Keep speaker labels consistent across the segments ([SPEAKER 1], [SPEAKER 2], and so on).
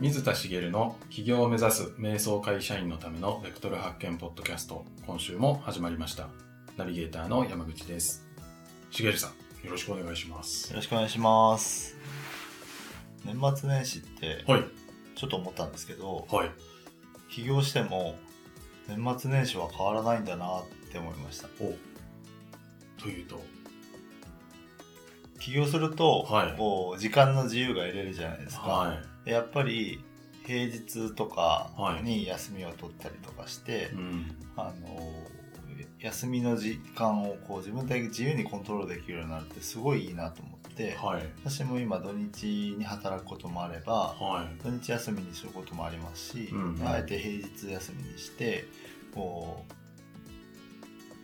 [SPEAKER 1] 茂の起業を目指す瞑想会社員のためのベクトル発見ポッドキャスト今週も始まりましたナビゲーターの山口です茂さんよろしくお願いします
[SPEAKER 2] よろしくお願いします。年末年始って、
[SPEAKER 1] はい
[SPEAKER 2] ちょっと思ったんですけど、
[SPEAKER 1] はい
[SPEAKER 2] 起業しても、年末年始は変わらないんだなって思いました。
[SPEAKER 1] おというと
[SPEAKER 2] 起業すると、
[SPEAKER 1] はい
[SPEAKER 2] こう、時間の自由が得れるじゃないですか。
[SPEAKER 1] は
[SPEAKER 2] でやっぱり、平日とか
[SPEAKER 1] はい
[SPEAKER 2] に休みを取ったりとかして
[SPEAKER 1] い、うん
[SPEAKER 2] あの、休みの時間をこう自分で自由にコントロールできるようになるってすごいいいなと思って、
[SPEAKER 1] はい
[SPEAKER 2] 私も今土日に働くこともあれば、
[SPEAKER 1] は
[SPEAKER 2] 土日休みにすることもありますし、
[SPEAKER 1] うん
[SPEAKER 2] あえて平日休みにしてこ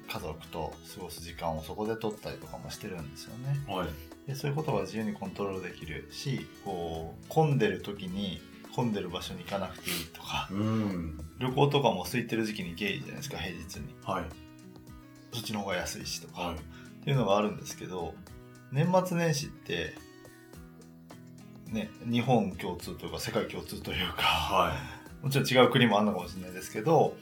[SPEAKER 2] う家族と過ごす時間をそこで取ったりとかもしてるんですよね
[SPEAKER 1] いはい
[SPEAKER 2] でそういうことが自由にコントロールできるしこう混んでる時に混んでる場所に行かなくていいとか
[SPEAKER 1] うん
[SPEAKER 2] 旅行とかも空いてる時期に行けばいいじゃないですか平日に
[SPEAKER 1] はい
[SPEAKER 2] そっちの方が安いしとか、
[SPEAKER 1] はい
[SPEAKER 2] っていうのがあるんですけど年末年始ってね日本共通というか世界共通というか、
[SPEAKER 1] は
[SPEAKER 2] もちろん違う国もあるのかもしれないですけど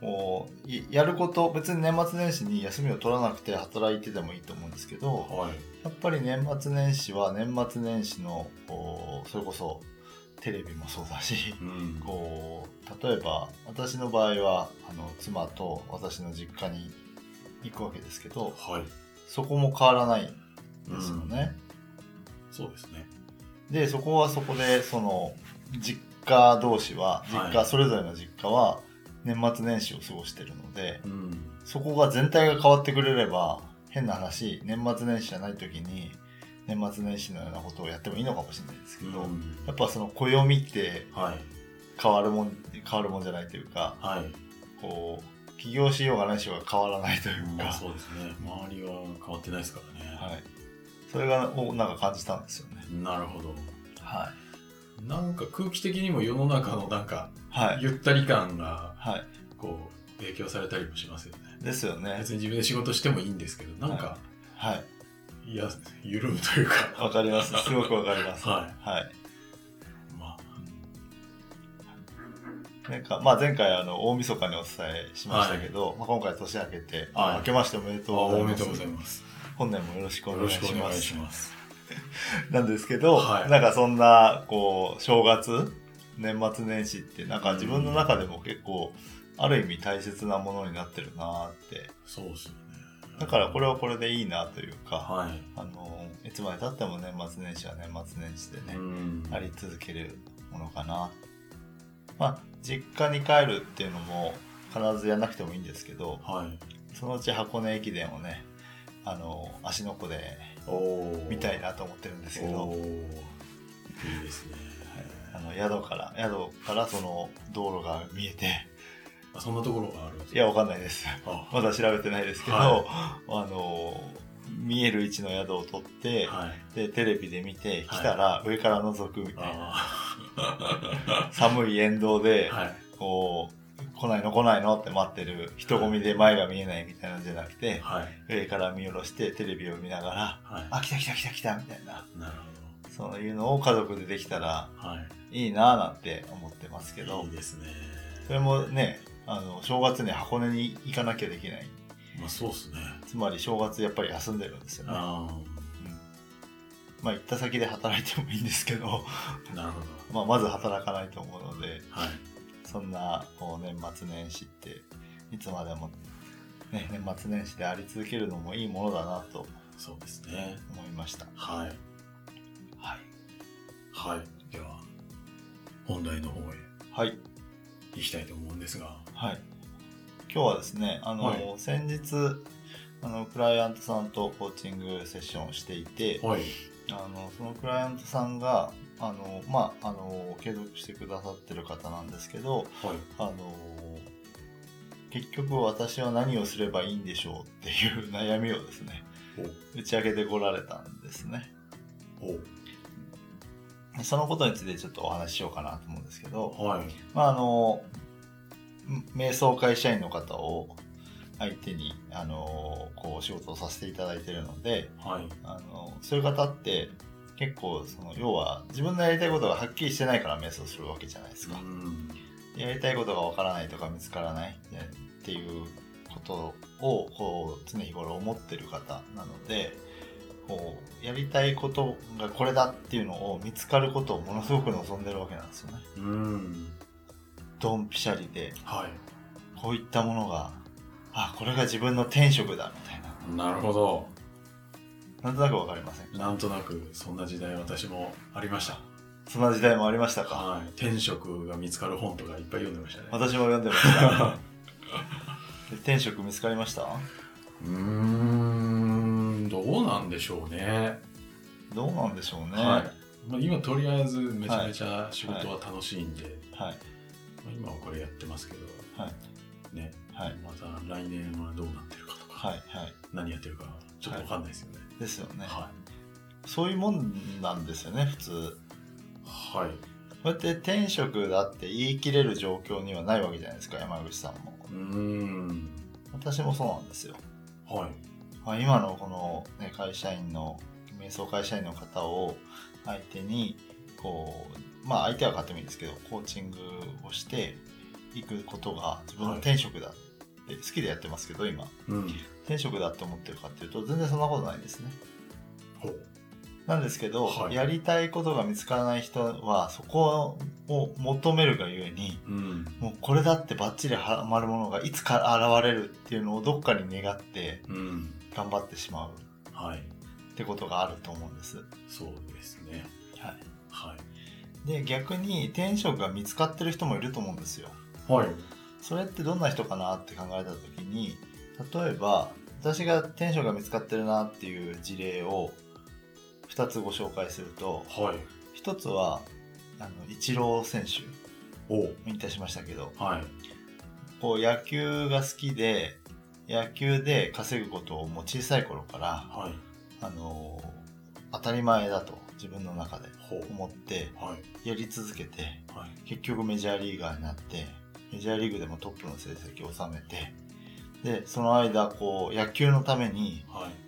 [SPEAKER 2] こういやること別に年末年始に休みを取らなくて働いてでもいいと思うんですけ
[SPEAKER 1] い
[SPEAKER 2] ど
[SPEAKER 1] はい
[SPEAKER 2] やっぱり年末年始は年末年始のこうそれこそテレビもそうだし
[SPEAKER 1] うん
[SPEAKER 2] こう例えば私の場合はあの妻と私の実家に行くわけですけど
[SPEAKER 1] はい
[SPEAKER 2] そこも変わらないんですよね。
[SPEAKER 1] そうですね
[SPEAKER 2] でそこはそこでその実家同士は実家、
[SPEAKER 1] はい
[SPEAKER 2] それぞれの実家は年末年始を過ごしてるので
[SPEAKER 1] うん
[SPEAKER 2] そこが全体が変わってくれれば変な話年末年始じゃない時に年末年始のようなことをやってもいいのかもしれないですけど、
[SPEAKER 1] うん
[SPEAKER 2] やっぱその暦って
[SPEAKER 1] はい
[SPEAKER 2] 変わるもん変わるもんじゃないというか
[SPEAKER 1] はい
[SPEAKER 2] こう起業しようがないしようが変わらないというか、
[SPEAKER 1] まあそうですね周りは変わってないですからね、
[SPEAKER 2] はい、それがおなんか感じたんですよね。
[SPEAKER 1] なるほど
[SPEAKER 2] は
[SPEAKER 1] なんか空気的にも世の中のなんか
[SPEAKER 2] い、はい、
[SPEAKER 1] ゆったり感が
[SPEAKER 2] はい
[SPEAKER 1] こう影響されたりもしますよね
[SPEAKER 2] ですよね
[SPEAKER 1] 別。に自分で仕事してもいいんですけどなんか、
[SPEAKER 2] はい
[SPEAKER 1] い、や緩むというか
[SPEAKER 2] わか ります。すごくわかります。
[SPEAKER 1] は
[SPEAKER 2] はい。
[SPEAKER 1] いまあ
[SPEAKER 2] なんか、まあ前回、あの、大晦日にお伝えしましたけど、まあ今回年明けて、
[SPEAKER 1] はい
[SPEAKER 2] 明けましておめでとうござい
[SPEAKER 1] おめ
[SPEAKER 2] ま。
[SPEAKER 1] ですとうございます
[SPEAKER 2] 本年もよろしくお
[SPEAKER 1] よ
[SPEAKER 2] 願
[SPEAKER 1] ろ
[SPEAKER 2] い
[SPEAKER 1] しく
[SPEAKER 2] し
[SPEAKER 1] お願
[SPEAKER 2] ま
[SPEAKER 1] い
[SPEAKER 2] す。
[SPEAKER 1] します
[SPEAKER 2] なんですけど、
[SPEAKER 1] はい
[SPEAKER 2] なんかそんな、こう、正月、年末年始って、なんか自分の中でも結構、ある意味大切なものになってるなーって。
[SPEAKER 1] そうですよね
[SPEAKER 2] だからこれはこれでいいなというか、
[SPEAKER 1] はい、
[SPEAKER 2] あの、いつまでたっても年末年始は年末年始でね、
[SPEAKER 1] うん
[SPEAKER 2] あり続けるものかな。まあ、実家に帰るっていうのも必ずやんなくてもいいんですけど、
[SPEAKER 1] はい
[SPEAKER 2] そのうち箱根駅伝をね、あの、足の子で
[SPEAKER 1] おお
[SPEAKER 2] 見たいなと思ってるんですけ
[SPEAKER 1] お
[SPEAKER 2] ど、
[SPEAKER 1] ーいいですね、
[SPEAKER 2] あの、宿から、宿からその道路が見えて、
[SPEAKER 1] あそんなところがあるんです
[SPEAKER 2] いや、わかんないです。
[SPEAKER 1] あ
[SPEAKER 2] まだ調べてないですけど、
[SPEAKER 1] は
[SPEAKER 2] あの、見える位置の宿を取って、
[SPEAKER 1] はい
[SPEAKER 2] で、テレビで見て、来たら上から覗くみたいな、
[SPEAKER 1] あ
[SPEAKER 2] 寒い沿 道で、
[SPEAKER 1] あはい
[SPEAKER 2] こう、来ないの来ないのって待ってる人混みで前が見えないみたいなんじゃなくて、
[SPEAKER 1] はい
[SPEAKER 2] 上から見下ろしてテレビを見ながら、
[SPEAKER 1] は
[SPEAKER 2] あ、来た来た来た来たみたいな、
[SPEAKER 1] いなる
[SPEAKER 2] そういうのを家族でできたら
[SPEAKER 1] ほどはい
[SPEAKER 2] いいなぁなんて思ってますけど
[SPEAKER 1] いい、ですね
[SPEAKER 2] それもね、あの、正月に箱根に行かなきゃできない。
[SPEAKER 1] まあそうですね
[SPEAKER 2] つまり正月やっぱり休んでるんですよね。
[SPEAKER 1] あ
[SPEAKER 2] まあ行った先で働いてもいいんですけど、
[SPEAKER 1] あなるほど
[SPEAKER 2] まあまず働かないと思うので、
[SPEAKER 1] はい
[SPEAKER 2] そんなこう年末年始っていつまでも、ね、年末年始であり続けるのもいいものだなと
[SPEAKER 1] そうですね
[SPEAKER 2] 思いました。
[SPEAKER 1] はい
[SPEAKER 2] はい。
[SPEAKER 1] はいでは本題の方へ
[SPEAKER 2] はい。
[SPEAKER 1] 行きたいと思うんですが
[SPEAKER 2] はい、今日はですね、あの、
[SPEAKER 1] はい
[SPEAKER 2] 先日、あの、クライアントさんとコーチングセッションをしていて、
[SPEAKER 1] はい
[SPEAKER 2] あの、そのクライアントさんが、あの、まあ、あの、継続してくださってる方なんですけど、
[SPEAKER 1] はい
[SPEAKER 2] あの、結局私は何をすればいいんでしょうっていう悩みをですね、打ち明けてこられたんですね。
[SPEAKER 1] お
[SPEAKER 2] そのことについてちょっとお話ししようかなと思うんですけど、
[SPEAKER 1] おはい
[SPEAKER 2] まああの、ん瞑想会社員の方を相手に、あの、こう仕事をさせていただいているので、
[SPEAKER 1] はい
[SPEAKER 2] あの、そういう方って結構その要は自分のやりたいことがはっきりしてないから瞑想するわけじゃないですか、
[SPEAKER 1] ん。
[SPEAKER 2] やりたいことがわからないとか見つからないねっていうことをこう常日頃思ってる方なのでこうやりたいことがこれだっていうのを見つかることをものすごく望んでるわけなんですよね。
[SPEAKER 1] うん。
[SPEAKER 2] ドンピシャリで
[SPEAKER 1] は。
[SPEAKER 2] こういったものがあこれが自分の天職だみたいない
[SPEAKER 1] なるほど。
[SPEAKER 2] なんとなくわかりません
[SPEAKER 1] なんとなく、そんな時代私もありました。
[SPEAKER 2] そんな時代もありましたか
[SPEAKER 1] はい。天職が見つかる本とかいっぱい読んでましたね。
[SPEAKER 2] 私も読んでました。 で天職見つかりました
[SPEAKER 1] うーん、どうなんでしょうね。
[SPEAKER 2] どうなんでしょうね。
[SPEAKER 1] はい。まあ、今とりあえずめちゃめちゃ仕事は楽しいんで、
[SPEAKER 2] はい。
[SPEAKER 1] まあ、今はこれやってますけど、
[SPEAKER 2] は
[SPEAKER 1] ね、
[SPEAKER 2] はい。
[SPEAKER 1] また来年はどうなってるかとか、
[SPEAKER 2] はい。はい。
[SPEAKER 1] 何やってるかちょっとわかんないですよね。
[SPEAKER 2] ですよね。
[SPEAKER 1] は
[SPEAKER 2] そういうもんなんですよね普通
[SPEAKER 1] い。はい。
[SPEAKER 2] こうやって天職だって言い切れる状況にはないわけじゃないですか山口さんも
[SPEAKER 1] うーん。
[SPEAKER 2] 私もそうなんですよ、
[SPEAKER 1] はい。
[SPEAKER 2] まあ、今のこの、ね、会社員の瞑想会社員の方を相手にこうまあ相手は勝手もいいんですけどコーチングをしていくことが自分の天職だって、好きでやってますけど今
[SPEAKER 1] うん。
[SPEAKER 2] 天職だって思ってるかっていうと全然そんなことないですね
[SPEAKER 1] ほう。
[SPEAKER 2] なんですけど、
[SPEAKER 1] はい
[SPEAKER 2] やりたいことが見つからない人はそこを求めるがゆえに
[SPEAKER 1] うん。
[SPEAKER 2] もうこれだってバッチリはまるものがいつから現れるっていうのをどっかに願って
[SPEAKER 1] うん。
[SPEAKER 2] 頑張ってしまう
[SPEAKER 1] はい。
[SPEAKER 2] ってことがあると思うんです。は
[SPEAKER 1] そうですね。はい。
[SPEAKER 2] い、で逆に転職が見つかってる人もいると思うんですよ。
[SPEAKER 1] はい。
[SPEAKER 2] それってどんな人かなって考えた時に例えば私が転職が見つかってるなっていう事例を2つご紹介すると
[SPEAKER 1] はい。
[SPEAKER 2] 1つはあのイチロー選手。
[SPEAKER 1] お
[SPEAKER 2] 引退しましたけど
[SPEAKER 1] はい。
[SPEAKER 2] こう野球が好きで野球で稼ぐことをもう小さい頃から、
[SPEAKER 1] はい。
[SPEAKER 2] あのー当たり前だと自分の中で
[SPEAKER 1] ほう。
[SPEAKER 2] 思って
[SPEAKER 1] はい。
[SPEAKER 2] やり続けて
[SPEAKER 1] はい。
[SPEAKER 2] 結局メジャーリーガーになってメジャーリーグでもトップの成績を収めてでその間こう野球のために
[SPEAKER 1] はい。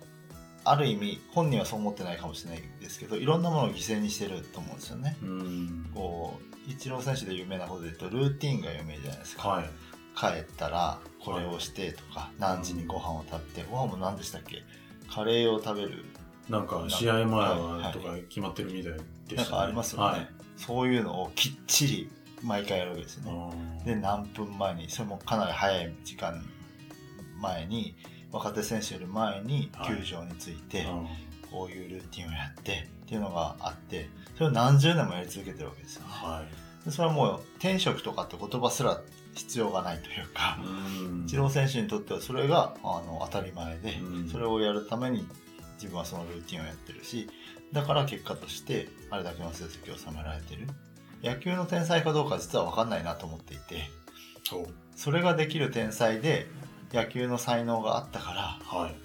[SPEAKER 2] ある意味本人はそう思ってないかもしれないですけどいろんなものを犠牲にしてると思うんですよね。
[SPEAKER 1] うん。
[SPEAKER 2] こうイチロー選手で有名なことで言うとルーティンが有名じゃないですか。
[SPEAKER 1] はい。
[SPEAKER 2] 帰ったらこれをしてとか、何時にご飯を食べてご飯も何でしたっけカレーを食べる
[SPEAKER 1] なんか試合前はとか決まってるみたいでした、ね
[SPEAKER 2] なんかありますよね、
[SPEAKER 1] はい。
[SPEAKER 2] そういうのをきっちり毎回やるわけです
[SPEAKER 1] あ
[SPEAKER 2] よね、
[SPEAKER 1] ー
[SPEAKER 2] で何分前にそれもかなり早い時間前に若手選手より前に
[SPEAKER 1] はい
[SPEAKER 2] 球場に着いて、
[SPEAKER 1] うん
[SPEAKER 2] こういうルーティンをやってっていうのがあってそれを何十年もやり続けてるわけですよね
[SPEAKER 1] はい。
[SPEAKER 2] でそれはもう転職とかって言葉すら必要がないというか、
[SPEAKER 1] うん
[SPEAKER 2] イチロー選手にとってはそれがあの当たり前で、
[SPEAKER 1] うん
[SPEAKER 2] それをやるために自分はそのルーティンをやってるしだから結果としてあれだけの成績を収められてる野球の天才かどうかは実は分かんないなと思っていて
[SPEAKER 1] そう
[SPEAKER 2] それができる天才で野球の才能があったから
[SPEAKER 1] はい。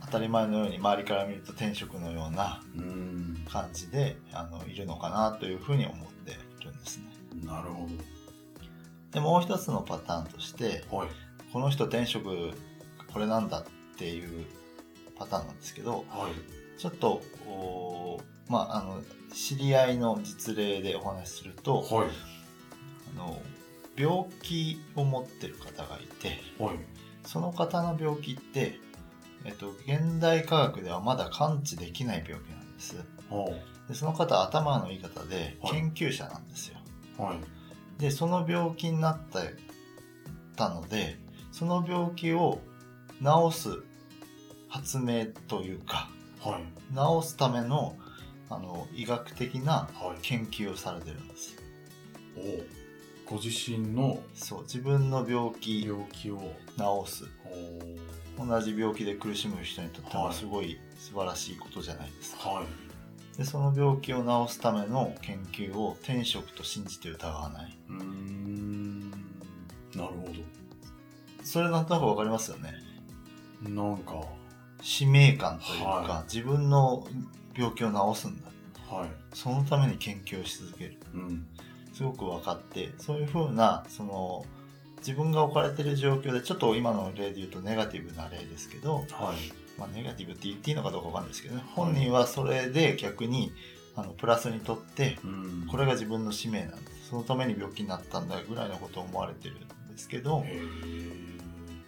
[SPEAKER 2] 当たり前のように周りから見ると天職のような
[SPEAKER 1] うん。
[SPEAKER 2] 感じであのいるのかなというふうに思っているんですね。
[SPEAKER 1] なるほ
[SPEAKER 2] でもう一つのパターンとして
[SPEAKER 1] ど。はい。
[SPEAKER 2] この人転職これなんだっていうパターンなんですけど
[SPEAKER 1] はい。
[SPEAKER 2] ちょっとおーまああの知り合いの実例でお話しすると
[SPEAKER 1] はい。
[SPEAKER 2] あの病気を持ってる方がいて
[SPEAKER 1] はい。
[SPEAKER 2] その方の病気って、えっと、現代科学ではまだ完治できない病気なんです
[SPEAKER 1] は
[SPEAKER 2] でその方頭のいい方で
[SPEAKER 1] はい
[SPEAKER 2] 研究者なんですよ、
[SPEAKER 1] あはい。
[SPEAKER 2] でその病気になったたのでその病気を治す発明というか
[SPEAKER 1] はい。
[SPEAKER 2] 治すためのあの医学的な
[SPEAKER 1] はい。
[SPEAKER 2] 研究をされてるんです
[SPEAKER 1] おご自身の
[SPEAKER 2] そう自分の病気を
[SPEAKER 1] 病気を。
[SPEAKER 2] 治す
[SPEAKER 1] おー
[SPEAKER 2] 同じ病気で苦しむ人にとって
[SPEAKER 1] は
[SPEAKER 2] はいすごい素晴らしいことじゃないですか、
[SPEAKER 1] はい。
[SPEAKER 2] でその病気を治すための研究を天職と信じて疑わないう
[SPEAKER 1] ーん。なるほ
[SPEAKER 2] それなんとなくわかりますよね
[SPEAKER 1] ど。なんか、
[SPEAKER 2] 使命感というか、
[SPEAKER 1] は
[SPEAKER 2] 自分の病気を治すんだ
[SPEAKER 1] はい。
[SPEAKER 2] そのために研究をし続ける
[SPEAKER 1] うん。
[SPEAKER 2] すごく分かってそういうふうなその自分が置かれてる状況でちょっと今の例で言うとネガティブな例ですけど、
[SPEAKER 1] はい。
[SPEAKER 2] まあ、ネガティブって言っていいのかどうか分かんないですけどね本人はそれで逆にあのプラスにとって
[SPEAKER 1] うん
[SPEAKER 2] これが自分の使命なんだそのために病気になったんだぐらいのことを思われてるんですけど
[SPEAKER 1] へ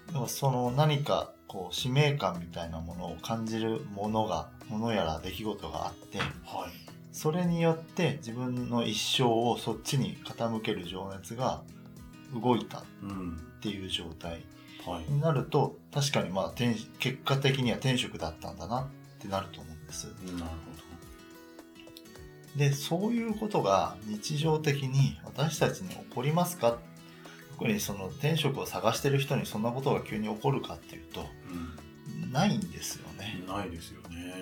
[SPEAKER 1] え
[SPEAKER 2] でもその何かこう使命感みたいなものを感じるものがものやら出来事があって
[SPEAKER 1] はい
[SPEAKER 2] それによって自分の一生をそっちに傾ける情熱が動いたっ
[SPEAKER 1] うん
[SPEAKER 2] ていう状態
[SPEAKER 1] はい
[SPEAKER 2] になると確かにまあ転結果的には転職だったんだなってなると思うんです。
[SPEAKER 1] なる
[SPEAKER 2] でそういうことが日常的に私たちに起こりますか特にその転職を探してる人にそんなことが急に起こるかっていうと
[SPEAKER 1] ほど、
[SPEAKER 2] ないんですよね
[SPEAKER 1] うん、ないですよね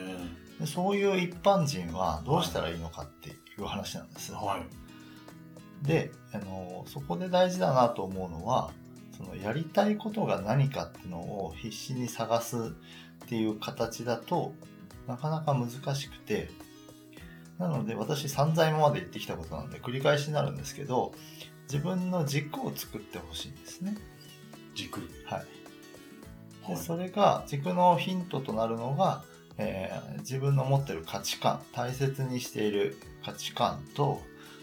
[SPEAKER 2] でそういう一般人はどうしたらいいのかっていう話なんです、
[SPEAKER 1] はい
[SPEAKER 2] であのそこで大事だなと思うのはそのやりたいことが何かっていうのを必死に探すっていう形だとなかなか難しくてなので私散々今まで言ってきたことなんで繰り返しになるんですけど自分の軸を作ってほしいんですね。
[SPEAKER 1] 軸
[SPEAKER 2] はい、
[SPEAKER 1] は
[SPEAKER 2] で
[SPEAKER 1] い
[SPEAKER 2] それが軸のヒントとなるのが、えー自分の持ってる価値観大切にしている価値観と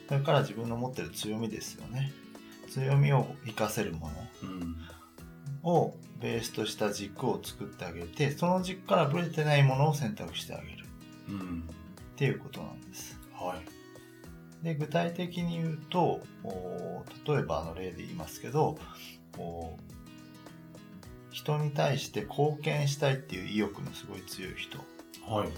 [SPEAKER 2] それから自分の持ってる強みですよね強みを活かせるも
[SPEAKER 1] うん
[SPEAKER 2] のをベースとした軸を作ってあげてその軸からぶれてないものを選択してあげる
[SPEAKER 1] うん
[SPEAKER 2] っていうことなんです
[SPEAKER 1] はい
[SPEAKER 2] で具体的に言うとおー例えばの例で言いますけどおー人に対して貢献したいっていう意欲のすごい強い人
[SPEAKER 1] はい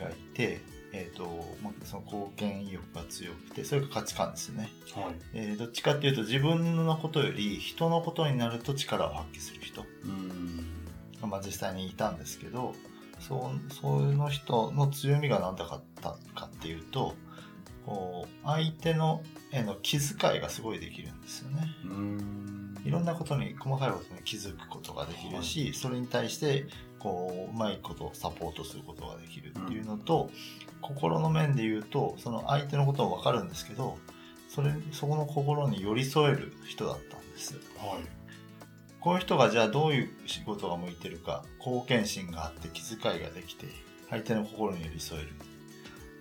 [SPEAKER 2] がいて、えーとまあその貢献意欲が強くてそれが価値観ですね、
[SPEAKER 1] はい
[SPEAKER 2] えーどっちかっていうと自分のことより人のことになると力を発揮する人
[SPEAKER 1] うん
[SPEAKER 2] が、まあ、実際にいたんですけどそうその人の強みが何だったかっていうとこう相手のへの気遣いがすごいできるんですよね。
[SPEAKER 1] うん
[SPEAKER 2] いろんなことに細かいことに気づくことができるし、それに対してこううまいことサポートすることができるっていうのと、心の面で言うとその相手のことも分かるんですけどそれそこの心に寄り添える人だったんです
[SPEAKER 1] はい
[SPEAKER 2] こういう人がじゃあどういう仕事が向いてるか貢献心があって気遣いができて相手の心に寄り添える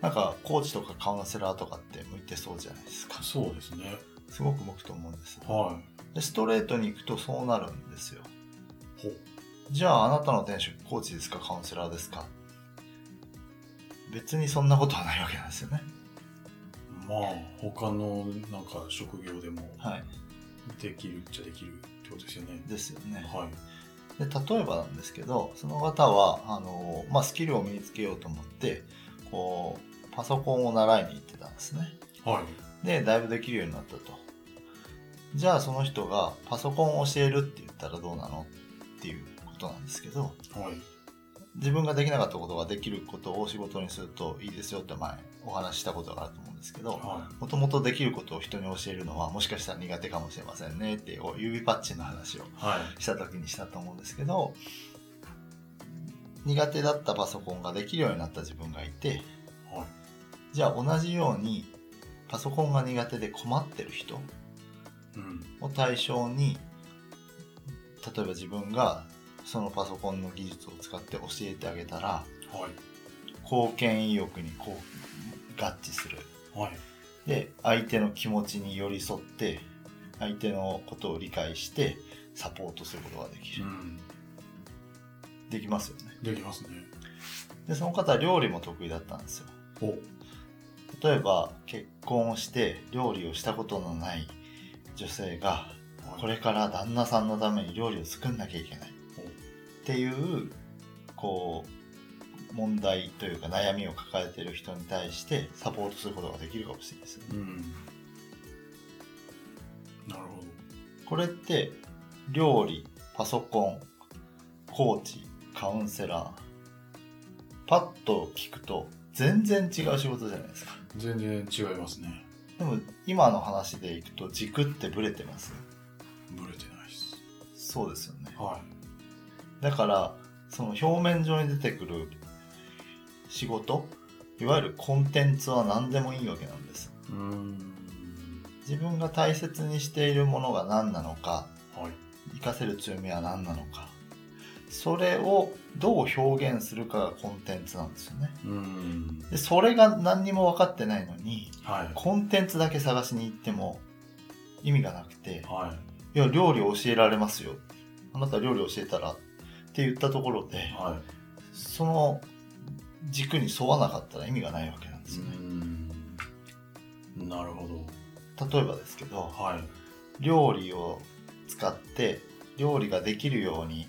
[SPEAKER 2] なんかコーチとかカウンセラーとかって向いてそうじゃないですか
[SPEAKER 1] そうですね
[SPEAKER 2] すごく向くと思うんです
[SPEAKER 1] は
[SPEAKER 2] でストレートに行くとそうなるんですよ
[SPEAKER 1] いほ
[SPEAKER 2] じゃああなたの転職コーチですかカウンセラーですか別にそんなことはないわけなんですよね。
[SPEAKER 1] まあ他のなんか職業でも
[SPEAKER 2] はい。
[SPEAKER 1] できるっちゃできるってことですよね
[SPEAKER 2] ですよね。
[SPEAKER 1] はい
[SPEAKER 2] で例えばなんですけどその方はあの、まあ、スキルを身につけようと思ってこうパソコンを習いに行ってたんですね。
[SPEAKER 1] はい
[SPEAKER 2] でだいぶできるようになったと。じゃあその人がパソコンを教えるって言ったらどうなのっていうことなんですけど
[SPEAKER 1] はい
[SPEAKER 2] 自分ができなかったことができることを仕事にするといいですよって前お話ししたことがあると思うんですけど、
[SPEAKER 1] は
[SPEAKER 2] もともとできることを人に教えるのはもしかしたら苦手かもしれませんねっていう指パッチンの話を
[SPEAKER 1] いはい
[SPEAKER 2] した時にしたと思うんですけど苦手だったパソコンができるようになった自分がいて
[SPEAKER 1] はい
[SPEAKER 2] じゃあ同じようにパソコンが苦手で困ってる人
[SPEAKER 1] うん
[SPEAKER 2] を対象に例えば自分がそのパソコンの技術を使って教えてあげたら
[SPEAKER 1] はい
[SPEAKER 2] 貢献意欲にこう合致する
[SPEAKER 1] はい
[SPEAKER 2] で相手の気持ちに寄り添って相手のことを理解してサポートすることができ
[SPEAKER 1] う
[SPEAKER 2] る、
[SPEAKER 1] ん
[SPEAKER 2] できますよね
[SPEAKER 1] できますね
[SPEAKER 2] でその方は料理も得意だったんですよ
[SPEAKER 1] お
[SPEAKER 2] 例えば結婚をして料理をしたことのない女性がこれから旦那さんのために料理を作んなきゃいけないっていうこう問題というか悩みを抱えている人に対してサポートすることができるかもしれないですね
[SPEAKER 1] うんなるほ
[SPEAKER 2] これって料理パソコンコーチカウンセラーパッと聞くと全然違う仕事じゃないですか
[SPEAKER 1] ど全然違いますね
[SPEAKER 2] でも今の話でいくと軸ってブレてます
[SPEAKER 1] ブレてないです
[SPEAKER 2] そうですよね
[SPEAKER 1] は
[SPEAKER 2] だからその表面上に出てくる仕事いわゆるコンテンツは何でもいいわけなんです
[SPEAKER 1] いうん
[SPEAKER 2] 自分が大切にしているものが何なのか
[SPEAKER 1] はい
[SPEAKER 2] 活かせる強みは何なのかそれをどう表現するかがコンテンツなんですよね
[SPEAKER 1] うん。
[SPEAKER 2] でそれが何にも分かってないのに
[SPEAKER 1] はい。
[SPEAKER 2] コンテンツだけ探しに行っても意味がなくて
[SPEAKER 1] はい
[SPEAKER 2] や料理教えられますよあなた料理教えたらって言ったところで
[SPEAKER 1] い。は
[SPEAKER 2] その軸に沿わなかったら意味がないわけなんで
[SPEAKER 1] い。
[SPEAKER 2] す
[SPEAKER 1] う
[SPEAKER 2] よね、
[SPEAKER 1] ん。なるほど。
[SPEAKER 2] 例えばですけど
[SPEAKER 1] はい。
[SPEAKER 2] 料理を使って料理ができるように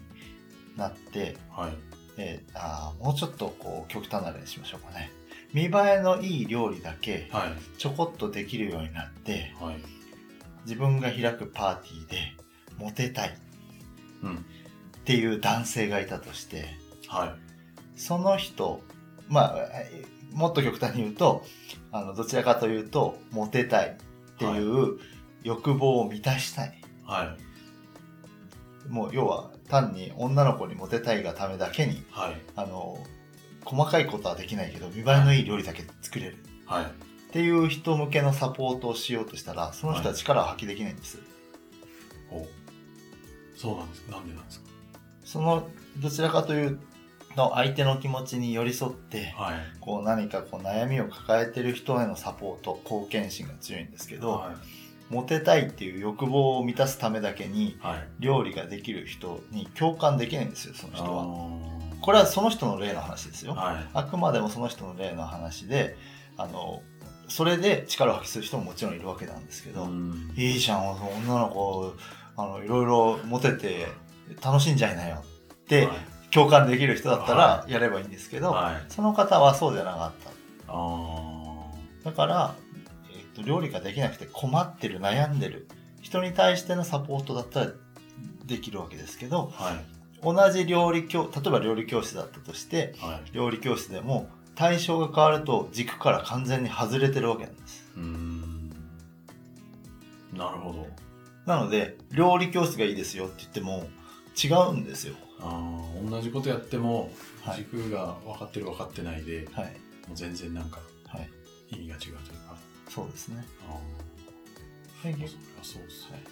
[SPEAKER 2] なって、
[SPEAKER 1] はい。
[SPEAKER 2] えーあーもうちょっとこう極端な例にしましょうかね見栄えのいい料理だけ
[SPEAKER 1] はい。
[SPEAKER 2] ちょこっとできるようになって
[SPEAKER 1] はい。
[SPEAKER 2] 自分が開くパーティーでモテたいっ
[SPEAKER 1] うん。
[SPEAKER 2] ていう男性がいたとして
[SPEAKER 1] は
[SPEAKER 2] その人まあえーもっと極端に言うとあのどちらかというとモテたいっていう欲望を満たしたい
[SPEAKER 1] い。はい。
[SPEAKER 2] もう要は単に女の子にモテたいがためだけに
[SPEAKER 1] はい。
[SPEAKER 2] あの細かいことはできないけど見栄えのいい料理だけ作れる
[SPEAKER 1] はい。
[SPEAKER 2] っていう人向けのサポートをしようとしたらその人は力を発揮できないんです、
[SPEAKER 1] おそうなんです。なんでなんですか
[SPEAKER 2] そのどちらかというと相手の気持ちに寄り添って
[SPEAKER 1] はい。
[SPEAKER 2] こう何かこう悩みを抱えてる人へのサポート貢献心が強いんですけど、
[SPEAKER 1] は
[SPEAKER 2] モテたいっていう欲望を満たすためだけに
[SPEAKER 1] い。はい。
[SPEAKER 2] 料理ができる人に共感できないんですよその人は
[SPEAKER 1] は。
[SPEAKER 2] これはその人の例の話ですよ
[SPEAKER 1] はい。
[SPEAKER 2] あくまでもその人の例の話であのそれで力を発揮する人ももちろんいるわけなんですけど、
[SPEAKER 1] うん
[SPEAKER 2] いいじゃん女の子あのいろいろモテて楽しんじゃいなよって
[SPEAKER 1] はい
[SPEAKER 2] 共感できる人だったら
[SPEAKER 1] は
[SPEAKER 2] やればいいんですけど、
[SPEAKER 1] はい。
[SPEAKER 2] その方はそうじゃなかっ
[SPEAKER 1] ああ。
[SPEAKER 2] ただから、えっと料理ができなくて困ってる悩んでる人に対してのサポートだったらできるわけですけど
[SPEAKER 1] はい。
[SPEAKER 2] 同じ料理教例えば料理教室だったとして
[SPEAKER 1] はい。
[SPEAKER 2] 料理教室でも対象が変わると軸から完全に外れてるわけなんです
[SPEAKER 1] うーん。なるほど。
[SPEAKER 2] なので料理教室がいいですよって言っても違うんですよ
[SPEAKER 1] ああ、同じことやっても
[SPEAKER 2] はい
[SPEAKER 1] 軸が分かってる分かってないで、
[SPEAKER 2] はい
[SPEAKER 1] もう全然なんか
[SPEAKER 2] はい
[SPEAKER 1] 意味が違うというか。
[SPEAKER 2] そうですね
[SPEAKER 1] あ
[SPEAKER 2] は
[SPEAKER 1] あ、
[SPEAKER 2] い
[SPEAKER 1] もうそれはそうですね。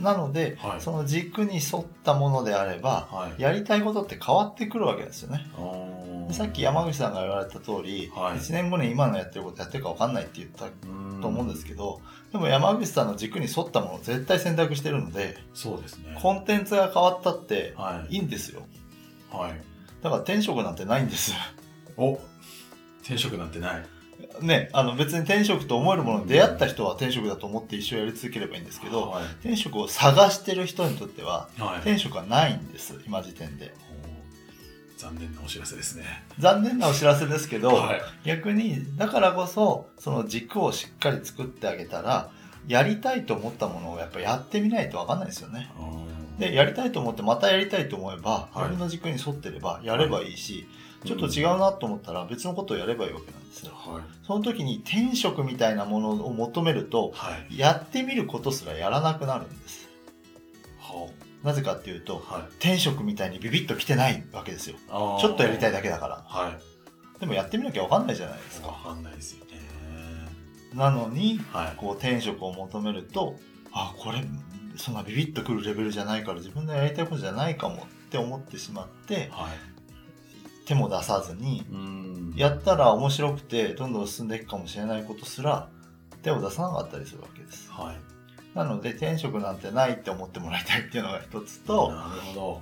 [SPEAKER 2] なので、
[SPEAKER 1] はい
[SPEAKER 2] その軸に沿ったものであれば
[SPEAKER 1] はい。
[SPEAKER 2] やりたいことって変わってくるわけですよね
[SPEAKER 1] あー
[SPEAKER 2] さっき山口さんが言われた通り、
[SPEAKER 1] はい
[SPEAKER 2] 1年後に今のやってることやってるか分かんないって言った
[SPEAKER 1] うー
[SPEAKER 2] と思うんですけど、でも山口さんの軸に沿ったものを絶対選択してるので
[SPEAKER 1] そうですね。
[SPEAKER 2] コンテンツが変わったって
[SPEAKER 1] はい。
[SPEAKER 2] いいんですよ
[SPEAKER 1] はい。
[SPEAKER 2] だから転職なんてないんです
[SPEAKER 1] お転職なんてない。
[SPEAKER 2] ね、あの別に転職と思えるものに出会った人は転職だと思って一生やり続ければいいんですけど
[SPEAKER 1] はい。
[SPEAKER 2] 転職を探してる人にとっては
[SPEAKER 1] はい。
[SPEAKER 2] 転職はないんです今時点で
[SPEAKER 1] おー残念なお知らせですね。
[SPEAKER 2] 残念なお知らせですけど、
[SPEAKER 1] はい。
[SPEAKER 2] 逆にだからこそその軸をしっかり作ってあげたらやりたいと思ったものをやっぱやってみないと分かんないですよね
[SPEAKER 1] あー
[SPEAKER 2] でやりたいと思ってまたやりたいと思えば
[SPEAKER 1] はい
[SPEAKER 2] 自分の軸に沿ってればやればいいし、ちょっと違うなと思ったら別のことをやればいいわけなんですよ
[SPEAKER 1] はい。
[SPEAKER 2] その時に転職みたいなものを求めると
[SPEAKER 1] はい。
[SPEAKER 2] やってみることすらやらなくなるんです
[SPEAKER 1] は
[SPEAKER 2] なぜかっていう
[SPEAKER 1] あ
[SPEAKER 2] と
[SPEAKER 1] はい。
[SPEAKER 2] 転職みたいにビビッと来てないわけですよ
[SPEAKER 1] あー
[SPEAKER 2] ちょっとやりたいだけだから
[SPEAKER 1] はい。
[SPEAKER 2] でもやってみなきゃ分かんないじゃないです
[SPEAKER 1] わ
[SPEAKER 2] か
[SPEAKER 1] かんないですよね。
[SPEAKER 2] なのに
[SPEAKER 1] はい。
[SPEAKER 2] こう転職を求めるとあこれそんなビビッとくるレベルじゃないから自分のやりたいことじゃないかもって思ってしまって
[SPEAKER 1] はい。
[SPEAKER 2] 手も出さずに
[SPEAKER 1] うん
[SPEAKER 2] やったら面白くてどんどん進んでいくかもしれないことすら手を出さなかったりするわけです
[SPEAKER 1] はい。
[SPEAKER 2] なので転職なんてないって思ってもらいたいっていうのが一つと、
[SPEAKER 1] なるほ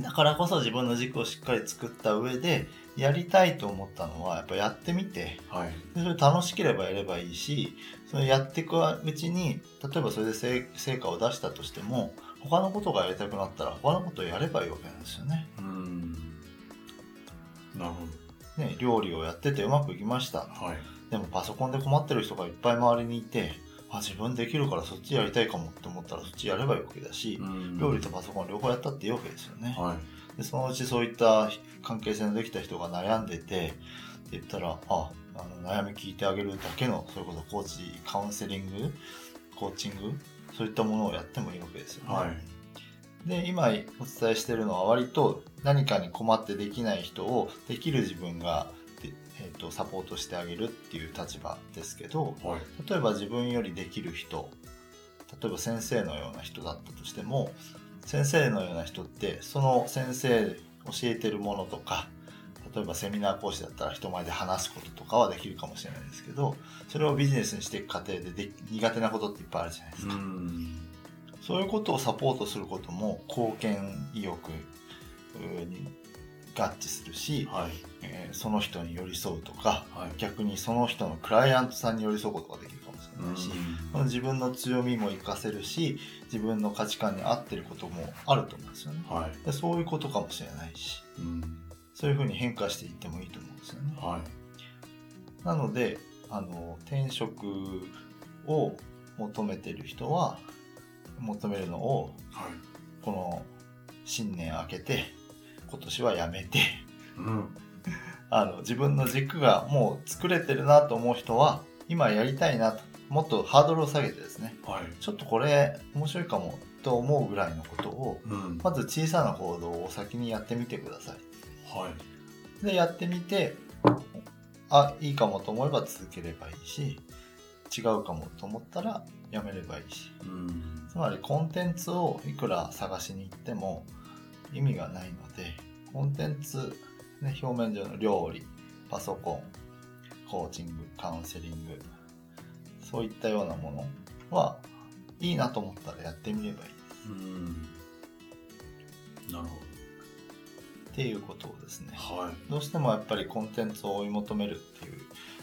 [SPEAKER 2] だからこそ自分の軸をしっかり作った上でやりたいと思ったのはやっぱやってみて
[SPEAKER 1] ど。はい。
[SPEAKER 2] でそれ楽しければやればいいしそれやっていくうちに例えばそれで成成果を出したとしても他のことがやりたくなったら他のことをやればいいわけなんですよね。
[SPEAKER 1] うん。なるほ
[SPEAKER 2] ね料理をやっててうまくいきました
[SPEAKER 1] ど。はい。
[SPEAKER 2] でもパソコンで困ってる人がいっぱい周りにいてあ自分できるからそっちやりたいかもって思ったらそっちやればいいわけだし
[SPEAKER 1] うん
[SPEAKER 2] 料理とパソコン両方やったっていいわけですよね。
[SPEAKER 1] はい。
[SPEAKER 2] でそのうちそういった関係性のできた人が悩んでてって言ったらああの悩み聞いてあげるだけのそれこそコーチカウンセリングコーチングそういったものをやってもいいわけですよね。
[SPEAKER 1] はい。
[SPEAKER 2] で今お伝えしてるのは割と何かに困ってできない人をできる自分が、でえー、とサポートしてあげるっていう立場ですけど
[SPEAKER 1] はい。
[SPEAKER 2] 例えば自分よりできる人例えば先生のような人だったとしても先生のような人ってその先生教えてるものとか例えばセミナー講師だったら人前で話すこととかはできるかもしれないですけどそれをビジネスにしていく過程でで苦手なことっていっぱいあるじゃないです
[SPEAKER 1] う
[SPEAKER 2] か、
[SPEAKER 1] ん。
[SPEAKER 2] そういうことをサポートすることも貢献意欲うんに合致するし、
[SPEAKER 1] はい。
[SPEAKER 2] えーその人に寄り添うとか
[SPEAKER 1] はい。
[SPEAKER 2] 逆にその人のクライアントさんに寄り添うことができるかもしれないし、その自分の強みも活かせるし自分の価値観に合ってることもあると思うんですよね
[SPEAKER 1] はい。
[SPEAKER 2] でそういうことかもしれないし
[SPEAKER 1] うん。
[SPEAKER 2] そういうふうに変化していってもいいと思うんですよね
[SPEAKER 1] は
[SPEAKER 2] なのであの転職を求めてる人は求めるのを
[SPEAKER 1] い。はい。
[SPEAKER 2] この新年明けて今年はやめて
[SPEAKER 1] うん。
[SPEAKER 2] あの自分の軸がもう作れてるなと思う人は今やりたいなともっとハードルを下げてですね
[SPEAKER 1] はい。
[SPEAKER 2] ちょっとこれ面白いかもと思うぐらいのことを
[SPEAKER 1] うん。
[SPEAKER 2] まず小さな行動を先にやってみてくださ
[SPEAKER 1] はい。
[SPEAKER 2] いでやってみてあいいかもと思えば続ければいいし違うかもと思ったらやめればいいし
[SPEAKER 1] うん。
[SPEAKER 2] つまりコンテンツをいくら探しに行っても意味がないのでコンテンツ、ね、表面上の料理パソコンコーチングカウンセリングそういったようなものはいいなと思ったらやってみればいい
[SPEAKER 1] うん。なる
[SPEAKER 2] っていうことをですね
[SPEAKER 1] ほど。はい。
[SPEAKER 2] どうしてもやっぱりコンテンツを追い求めるっていう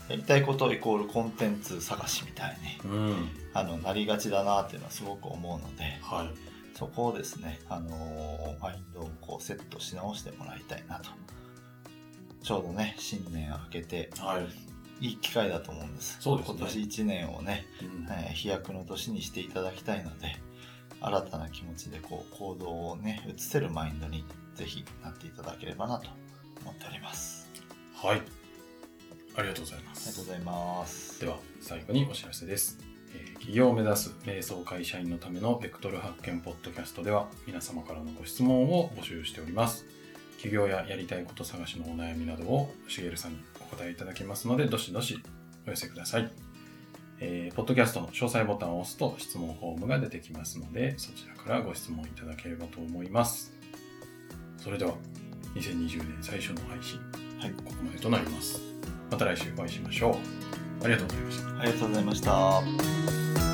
[SPEAKER 2] やりたいことイコールコンテンツ探しみたいに
[SPEAKER 1] うん。
[SPEAKER 2] あのなりがちだなっていうのはすごく思うので
[SPEAKER 1] はい。
[SPEAKER 2] そこをですね、あのーマインドをこうセットし直してもらいたいなと。ちょうどね、新年明けて、
[SPEAKER 1] はい。
[SPEAKER 2] いい機会だと思うんです。
[SPEAKER 1] そうですね
[SPEAKER 2] 今年1年をね、
[SPEAKER 1] うん
[SPEAKER 2] えー飛躍の年にしていただきたいので、新たな気持ちでこう行動をね、移せるマインドにぜひなっていただければなと思っております。
[SPEAKER 1] はい。ありがとうございま
[SPEAKER 2] ありがとう
[SPEAKER 1] す。
[SPEAKER 2] ございます。
[SPEAKER 1] では、最後にお知らせです。えー企業を目指す瞑想会社員のためのベクトル発見ポッドキャストでは、皆様からのご質問を募集しております。企業ややりたいこと探しのお悩みなどをしげるさんにお答えいただきますので、どしどしお寄せください。えーポッドキャストの詳細ボタンを押すと質問フォームが出てきますので、そちらからご質問いただければと思います。それでは、2020年最初の配信、
[SPEAKER 2] はい
[SPEAKER 1] ここまでとなります。また来週お会いしましょう。ありがとうございました。
[SPEAKER 2] ありがとうございました。